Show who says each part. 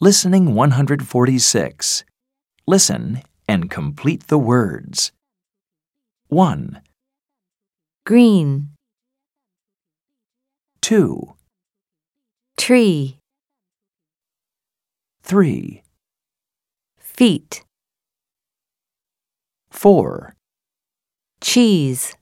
Speaker 1: Listening 146. Listen and complete the words. 1,
Speaker 2: green,
Speaker 1: 2,
Speaker 2: tree,
Speaker 1: 3,
Speaker 2: feet,
Speaker 1: 4,
Speaker 2: cheese.